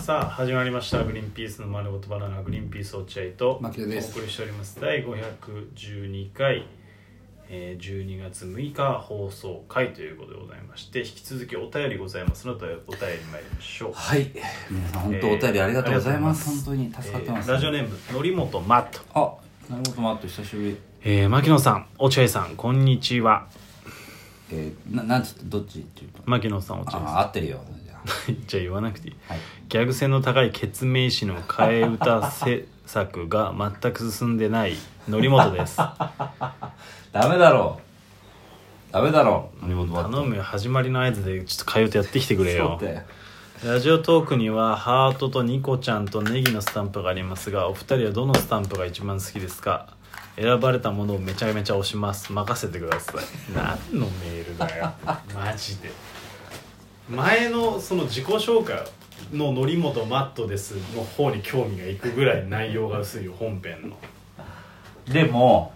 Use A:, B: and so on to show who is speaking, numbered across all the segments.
A: さあ始まりました「グリーンピースの丸ごとバナナグリーンピース落合」とお
B: 牧
A: 送
B: 野
A: り
B: です
A: しております第512回、えー、12月6日放送回ということでございまして引き続きお便りございますのでお便り参りましょう
B: はい皆さん本当お便りありがとうございます、本当に助かってます、
A: えーラジオネームのりもとマット
B: あなるほどマット久しぶり
A: えー、牧野さん落合さんこんにちは
B: えー、ななんつってどっちっていうと
A: 牧野さん落合さ
B: あ合ってるよじゃ
A: んじゃあ言わなくていい
B: あはい
A: ギャグ性の高い決命詞の替え歌制作が全く進んでない則本です
B: ダメだろうダメだろう頼
A: 頼むよ始まりの合図でちょっと替え歌やってきてくれよ
B: そうだよ
A: ラジオトークにはハートとニコちゃんとネギのスタンプがありますがお二人はどのスタンプが一番好きですか選ばれたものをめちゃめちゃ押します任せてください何のメールだよマジで前のその自己紹介の「則本マットです」の方に興味がいくぐらい内容が薄いよ本編の
B: でも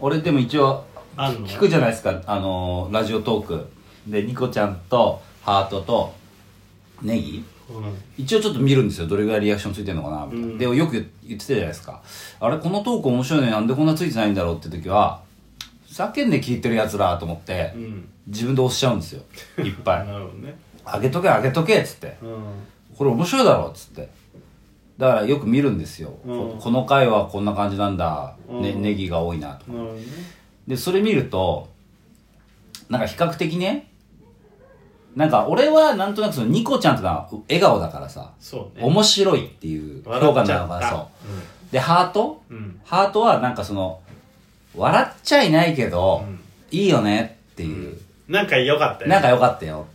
B: 俺でも一応
A: あんの
B: 聞くじゃないですかあのーラジオトークでニコちゃんとハートとネギ一応ちょっと見るんですよどれぐらいリアクションついてるのかなみたいな、
A: うん
B: でよく言ってたじゃないですかあれこのトーク面白いのになんでこんなついてないんだろうって時は叫んで聞いてるやつらと思って、
A: うん
B: 自分で押しちゃうんですよいっぱ
A: な
B: い
A: るほどね
B: 上げとけ上げとけっつって
A: うん
B: これ面白いだろっつってだからよく見るんですよ、
A: うん
B: この回はこんな感じなんだ、ね
A: うん
B: ネギが多いなと
A: なるほどね
B: でそれ見るとなんか比較的ねなんか俺はなんとなくそのニコちゃんってのは笑顔だからさ
A: そうね
B: 面白いっていう評価なのかな
A: 笑っ
B: そ
A: ちゃ
B: うでハート
A: ったうんうん
B: ハートはなんかその笑っちゃいないけど、
A: うん
B: いいよねっていう、
A: なんか良かったよ
B: なんか良かったよ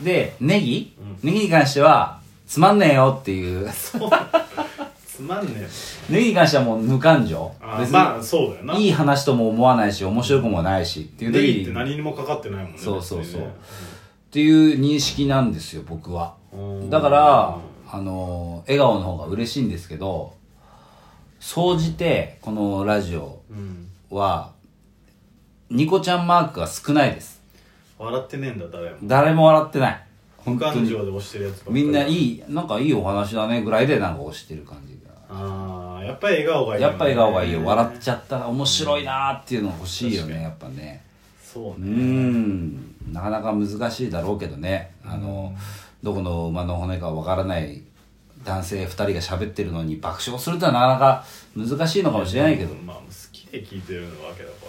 A: うん
B: でネギ、
A: うん
B: ネギに関してはつまんねえよっていう
A: つまんねえよ
B: ネギに関してはもう無感情
A: あー
B: 別に、
A: まあそうだよない
B: い話とも思わないし面白くもないしっていう
A: ネ
B: 時
A: ギって何にもかかってないもんね
B: そうそうそ
A: 別
B: うっていう認識なんですよ僕は
A: にねうん
B: だからあの笑顔の方が嬉しいんですけど総じてこのラジオ
A: うん
B: はニコちゃんマークが少ないです
A: 笑ってねえんだ誰も
B: 誰も笑ってない本
A: 無
B: 当
A: 感
B: に
A: 情で押してるやつばっかり
B: みんないいなんかいいお話だねぐらいでなんか押してる感じが
A: ああやっぱり笑顔がいいよ
B: やっ
A: ね
B: ぱ笑顔がいいよ笑っちゃったら面白いなーっていうのが欲しいよねやっぱね
A: そう
B: うー
A: ね
B: んなかなか難しいだろうけどねあのどこの馬の骨かわからない男性2人が喋ってるのに爆笑するとはなかなか難しいのかもしれないけど
A: まあ好きで聞いてるわけだか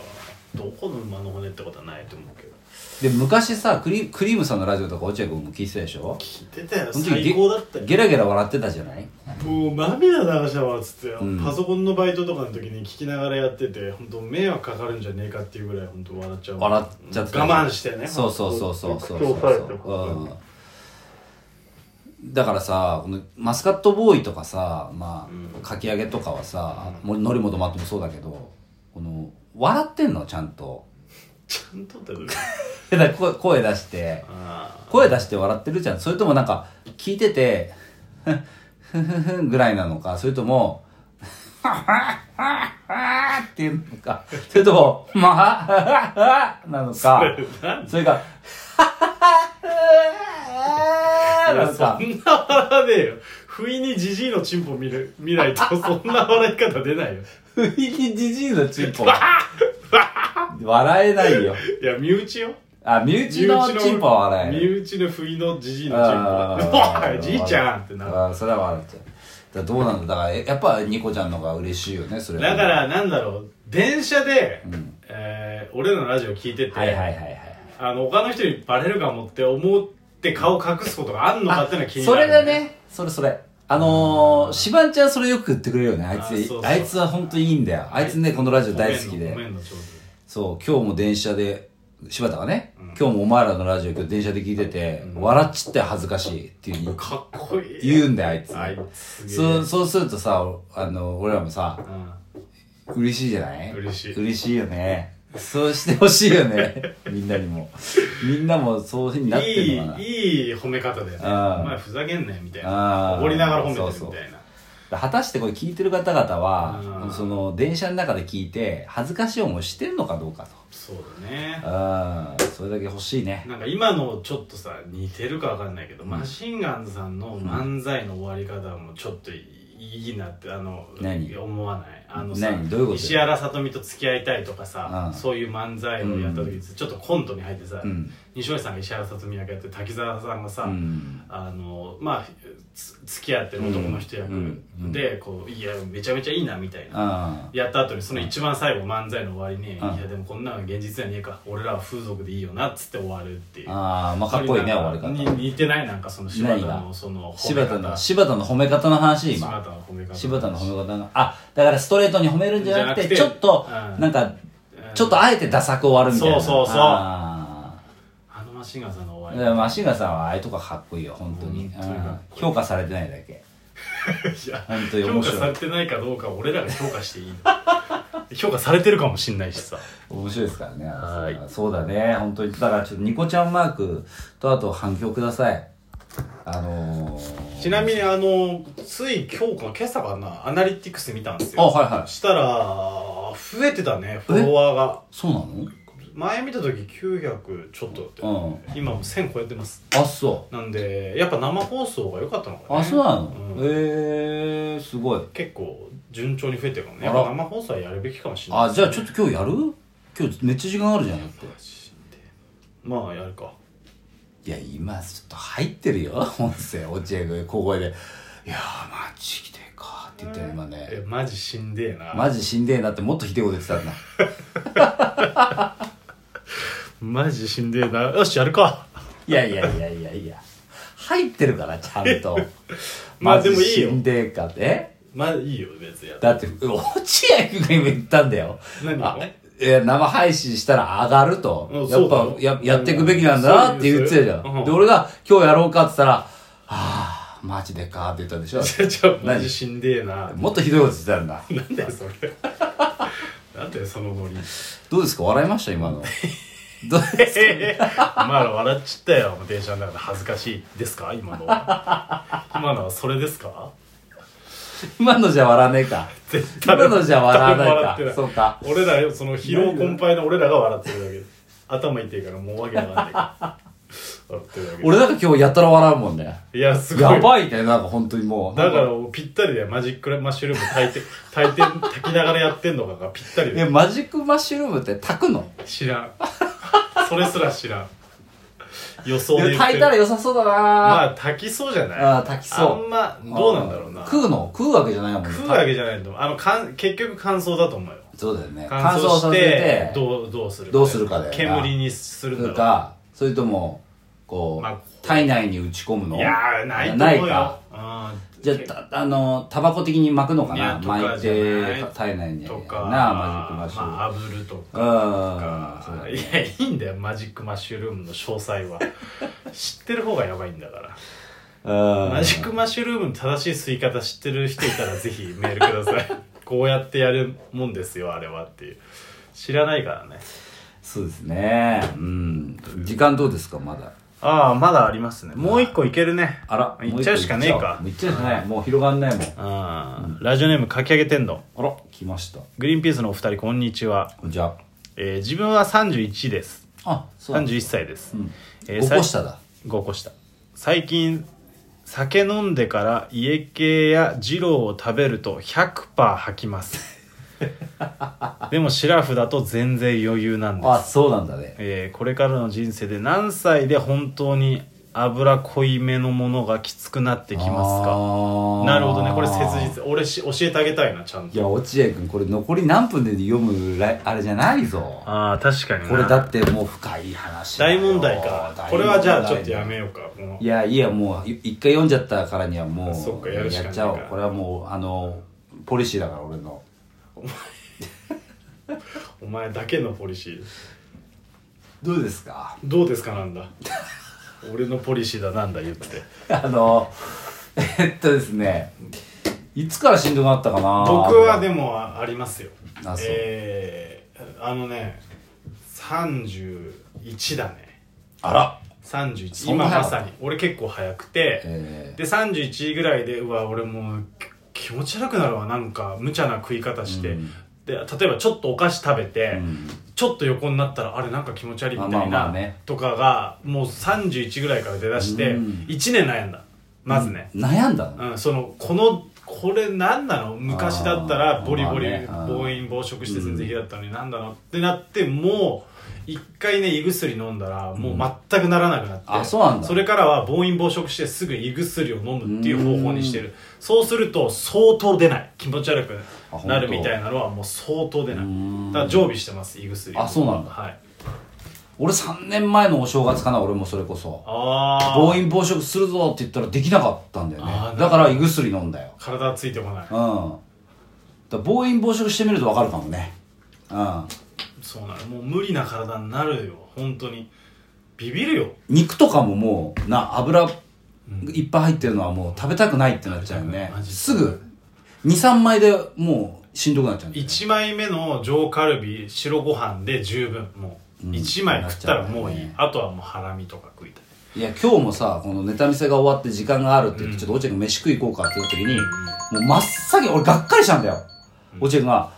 A: らどこの馬の骨ってことはないと思うけど
B: で昔さクリクリームさんのラジオとか落合君も聞いてたでしょ
A: 聞いてたよ
B: その時
A: 最高だったよ
B: ゲラゲラ笑ってたじゃない
A: もう涙流したわっつって、
B: ん
A: パソコンのバイトとかの時に聞きながらやってて本当迷惑かかるんじゃねえかっていうぐらい本当笑っちゃう
B: 笑っちゃって
A: 我慢してね
B: そうそうそうそうそ
A: 本当
B: うそ
A: に
B: う
A: 強されて本
B: うんだからさこのマスカットボーイとかさま
A: うん
B: あかき揚げとかはさ森則本マットもそうだけどこの笑ってんのちゃんと
A: ちゃんとってどういうこ
B: だから声声出して
A: とあ
B: 声出して笑ってるじゃんそれともなんか聞いててふんふんふんふんぐらいなのかそれともっていうのかそれともまあなのか
A: ーなん
B: それが、
A: いやそんな
B: なんか、
A: 笑わねえよ不意にジジイのチンポ見る見ない とそんな笑い方出ないよ
B: 不意にじじいのチンポ。笑えないよ。
A: いや身内よ
B: あ、身内のチンポは笑え
A: 身
B: る。
A: 内の不意のジジイのチンポ
B: あー
A: が「 おいじいちゃん!」ってなる
B: あーそれは笑っちゃう。だからどうなんだだから、やっぱニコちゃんの方が嬉しいよね、それは
A: だ
B: ね
A: からなんだろう電車で、
B: ん
A: えー俺らのラジオ聞いてて、
B: はいはいはいはい。
A: あの他の人にバレるかもって思って顔隠すことがあんのかっていうのは気にな
B: そ
A: る、
B: れがね、それそれ。あのー、シバンちゃんそれよく言ってくれるよね、あい
A: あ
B: つ。
A: ーそうそう
B: あいつは本当にいいんだよ。あいつね、このラジオ大好きで。
A: ごめんの上手
B: そう、今日も電車で、柴田がね、
A: うん
B: 今日もお前らのラジオ今日電車で聞いてて、
A: うん
B: 笑っちって恥ずかしいっていうふうに
A: かっこいい
B: 言うんだよ、あいつ。
A: あいつすげえ
B: そう、そうするとさ、あの、俺らもさ、
A: う
B: 嬉しいじゃない
A: 嬉しい、
B: 嬉しいよね。そうしてほしいよね。みんなにも。みんなもそういうふうになんってるのかな。
A: いいいい褒め方だよね
B: あー
A: お前ふざけんなよみたい
B: あ
A: な
B: ー
A: おごりながら褒めてるみたいな
B: 果たしてこれ聞いてる方々
A: う
B: は
A: ん
B: その電車の中で聞いて恥ずかしい思いしてるのかど うかと
A: そうだね
B: うんそれだけ欲しいね
A: なんか今のちょっとさ似てるかわかんないけど、マシンガンズさんの漫才の終わり方もちょっといいなってあの
B: 何
A: 思わないあのさ
B: 何どういうこと
A: 石原さとみと付き合いたいとかさ、
B: うん
A: そういう漫才をやった時、
B: うん
A: ちょっとコントに入ってさ、
B: うん
A: 西堀さんが石原さとみ役やって滝沢さんがさ、
B: うん
A: あのまあつ付き合ってる男の人役
B: うんうん
A: で、こういやめちゃめちゃいいなみたいな、
B: あ
A: やった後にその一番最後漫才の終わりに「い
B: うん
A: やでもこんなの現実やねえか俺らは風俗でいいよな」っつって終わるっていう
B: あーまあかっこいいね終わり
A: に
B: 方
A: 似てないなんかその柴田
B: 何
A: の
B: が
A: その褒め
B: 柴田
A: 方
B: の柴田の褒め方の話
A: 柴
B: 今
A: 田の褒め方
B: 柴田の褒め方があだからストレートに褒めるんじゃなくて
A: じ
B: ち
A: ゃ
B: ょ
A: なく
B: ってと
A: うん
B: なんか
A: うん
B: ちょっとあえてダサく終わるみたいな
A: そうそうそう
B: あー
A: あのマシンガンさんの
B: だ
A: 終
B: か
A: わ
B: らマシンガンさんはああいうとこかっこいいよ本当に、
A: 本当にかっ
B: うん評価されてないだけ
A: り いや
B: 本当に
A: 評
B: 面
A: 価さ
B: 白
A: れ
B: い
A: てないかどうか俺らが評価していいの評価されてるかもしんないしさ
B: 面白いですからね
A: はい
B: そうだね本当にだからちょっとニコちゃんマークとあと反響くださいあのー、
A: ちなみにあのつい今日か今朝かなアナリティクス見たんです
B: あ
A: よ
B: はいはい
A: したら増えてたねフォロワーが
B: そうな
A: 前見た時900ちょっとだって
B: のうん
A: 今もう1000超えてます
B: あそ
A: なんでやっぱ生放送が良かったのか
B: う
A: ね
B: あそうなの、
A: うん
B: えー、すごい
A: 結構順調に増えてるからね
B: あ
A: やっ
B: ら
A: ぱ生放送はやるべきかもしれない
B: あじゃあちょっと今日やる今日めっちゃ時間あるじゃんだって
A: まあやるか
B: いや今ちょっと入ってるよ 音声落合君小声で「いやーマジひでえか」って言ったよ今ね
A: えマジしんでえな
B: マジしんでえなってもっとひでえこと言って たんだ
A: マジしんでえなよしやるか
B: いやいやいやいやいや入ってるからちゃんと
A: まあでもいいよ
B: マジしんでえかってえ
A: まあいいよ別にや
B: だって落合君が今言ったんだよ
A: 何を
B: あいや生配信したら上がると、
A: うん
B: や
A: そ
B: っ
A: うだよ
B: ぱややっていくべきなんだなって言ってたじゃん、
A: うん
B: で俺が「今日やろうか」って言ったら「はあマジでか」って言ったでし ょ
A: じゃあじゃあ
B: 何
A: マジしんでえな
B: もっとひどいこと言ってたんだ
A: なんだよそれ なんだよそのノリ
B: どうですか笑いました今のどうですか
A: お 前ら笑っちったよ電車の中で恥ずかしいですか今のは今のはそれですか
B: 今のじゃ笑わねえか
A: 絶対
B: 今のじゃ笑わない
A: 絶対笑って
B: かそうか
A: 俺らその疲労困憊の俺らが笑ってるだけで頭痛いからもうわけわかんないから笑ってるだけで
B: 俺なんか今日やたら笑うもんね
A: いやすごい
B: やばいねなんか本当にもう
A: だからぴったりだよマジックマッシュルーム炊いて炊いて炊きながらやってんのかがぴったりだ
B: え
A: よ
B: マジックマッシュルームって炊くの
A: 知らんそれすら知らん予想で
B: で
A: 言
B: も
A: って
B: 炊
A: る
B: いたら良さそうだな、
A: まあ炊きそうじゃない
B: あー炊きそう
A: あんまどうなんだろうな
B: 食うの食うわけじゃないもんね
A: 食うわけじゃないと思うあのかん結局乾燥だと思うよ
B: そうだよね
A: 乾
B: 乾
A: 燥
B: 燥
A: し
B: させ
A: て
B: て
A: どうどうする
B: どうするかだよな
A: 煙にするんだ
B: す
A: ろ
B: る
A: う
B: かそれともこう、
A: まあ
B: 体内に打ち込むの
A: いやーないと思うよ
B: か
A: うん
B: じゃあたあのタバコ的に巻くのか
A: いや
B: な
A: とか
B: 巻い
A: じゃ
B: て
A: ない
B: 体内に
A: とか
B: なあマジックマッシュルーム、
A: まあ炙るとか
B: うん
A: いやいいんだよマジックマッシュルームの詳細 は知ってる方がやばいんだから
B: うん
A: マジックマッシュルームの正しい吸い方知ってる人いたらぜひメールください こうやってやるもんですよあれはっていう知らないからね
B: そうですねうん時間どうですかまだ
A: ああまだありますねもう一個いけるね
B: あら
A: いっちゃうしかねえか
B: もういっちゃうしかないもう広がんないもん
A: ああラジオネーム書き上げてんの
B: あら来ました
A: グリーンピースのお二人こんにちは、
B: じゃ
A: えー自分は31です
B: ああそうなんだ
A: 31歳です、
B: うん
A: えー
B: 5個下だ
A: 5個下最近酒飲んでから家系や二郎を食べると100%吐きます でもシラフだと全然余裕なんです
B: あそうなんだね
A: えーこれからの人生で何歳で本当に脂濃いめのものがきつくなってきますか
B: か
A: なるほどねこれ切実俺し教えてあげたいなちゃん
B: い
A: と
B: や落合君これ残り何分で読むらいあれじゃないぞ
A: ああ確かにな
B: これだってもう深い話だ
A: 大
B: よ
A: 問題か
B: 大問題
A: これはじゃあちょっとやめようかもう
B: いやいやもうい一回読んじゃったからにはも
A: そっか
B: う
A: やるしかない
B: っ
A: か
B: ちゃおうこれはもうあのポリシーだから俺の
A: お前だけのポリシー
B: どうですか
A: どうですかなんだ俺のポリシーだなんだ言って
B: あのえっとですねいつからしんどくなったかな
A: 僕はでもあありますよ
B: あそう
A: えーあのね31だね
B: あら
A: 31
B: そんな
A: 今
B: 早
A: ま
B: かった
A: さに俺結構早くて、
B: え
A: で31ぐらいでうわ俺もうき気持ち悪くなるわなんか無茶な食い方して、
B: うん
A: で例えばちょっとお菓子食べて、
B: うん
A: ちょっと横になったらあれなんか気持ち悪いみた
B: まあ
A: い
B: まあまあ
A: な
B: ね
A: とかがもう31ぐらいから出だして
B: うん
A: 1年悩んだまずね、
B: 悩んだの、
A: うん、そのこのこれ何なの昔だった
B: あ
A: ら
B: ー
A: ボリボリ
B: まあねうん
A: 暴飲暴食して全然平だったのになんだのってなってもう一回ね胃薬飲んだらもう全くならなくなって、
B: あそうなんだ
A: それからは暴飲暴食してすぐ胃薬を飲むっていう方法にしてるそうすると相当出ない気持ち悪
B: あ
A: くなるみたいなのはもう相当出な
B: うー
A: い
B: ん
A: だから常備してます胃薬を
B: あそうなんだ
A: はい
B: 俺3年前のお正月かな俺もそれこそ
A: ああ
B: 暴飲暴食するぞって言ったらできなかったんだよ
A: あ
B: ね
A: ー
B: だから胃薬飲んだよ
A: 体ついてこない
B: うんだから暴飲暴食してみるとわかるかもねうん
A: そうなのもう無理な体になるよ本当にビビるよ
B: 肉とかももうな油いっぱい入ってるのはもう食べたくないってなっちゃうよね
A: マジです
B: ぐ23枚でもうしんどくなっちゃうんだよね
A: 1枚目の上カルビ白ご飯で十分もう
B: うん
A: 1枚食ったらもういい、
B: なっちゃうね
A: あとはもうハラミとか食いたい
B: いや今日もさこのネタ見せが終わって時間があるって言って、ちょっと落合君飯食い行こうかって言った時に、もう真っ先俺がっかりしたんだよ落合君が「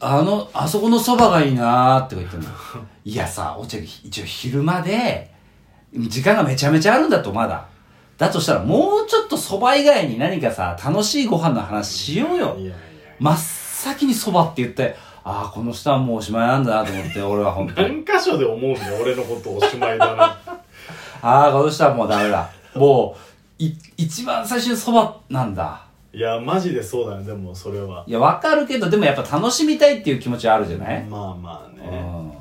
B: あのあそこのそばがいいな」って言ってん のいやさ落合君一応昼間で時間がめちゃめちゃあるんだとまだだとしたらもうちょっとそば以外に何かさ楽しいご飯の話しようよ
A: いやいや
B: 真っ先にそばって言ってああこの人はもうおしまいなんだなと思って俺は本当に
A: 何箇所で思うんだよ俺のことおしまいだな
B: ああ、この人はもうダメだ。もう、い、一番最初にそばなんだ。
A: いやマジでそうだねでもそれはい
B: や、わかるけど、でもやっぱ楽しみたいっていう気持ちはあるじゃない、
A: まあまあ
B: う
A: ね
B: ん、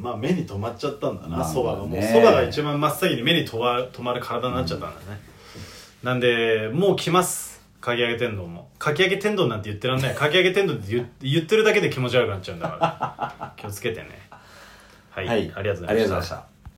A: まあ目に留まっちゃったんだな
B: まあまあね
A: そば、がもうそばが一番真っ先に目にとわ止まる体になっちゃったんだね、なんでもう来ますかき揚げ天丼もかき揚げ天丼なんて言ってらんないかき揚げ天丼って言言ってるだけで気持ち悪くなっちゃうんだから気をつけてねはい、ありがとうございました
B: た。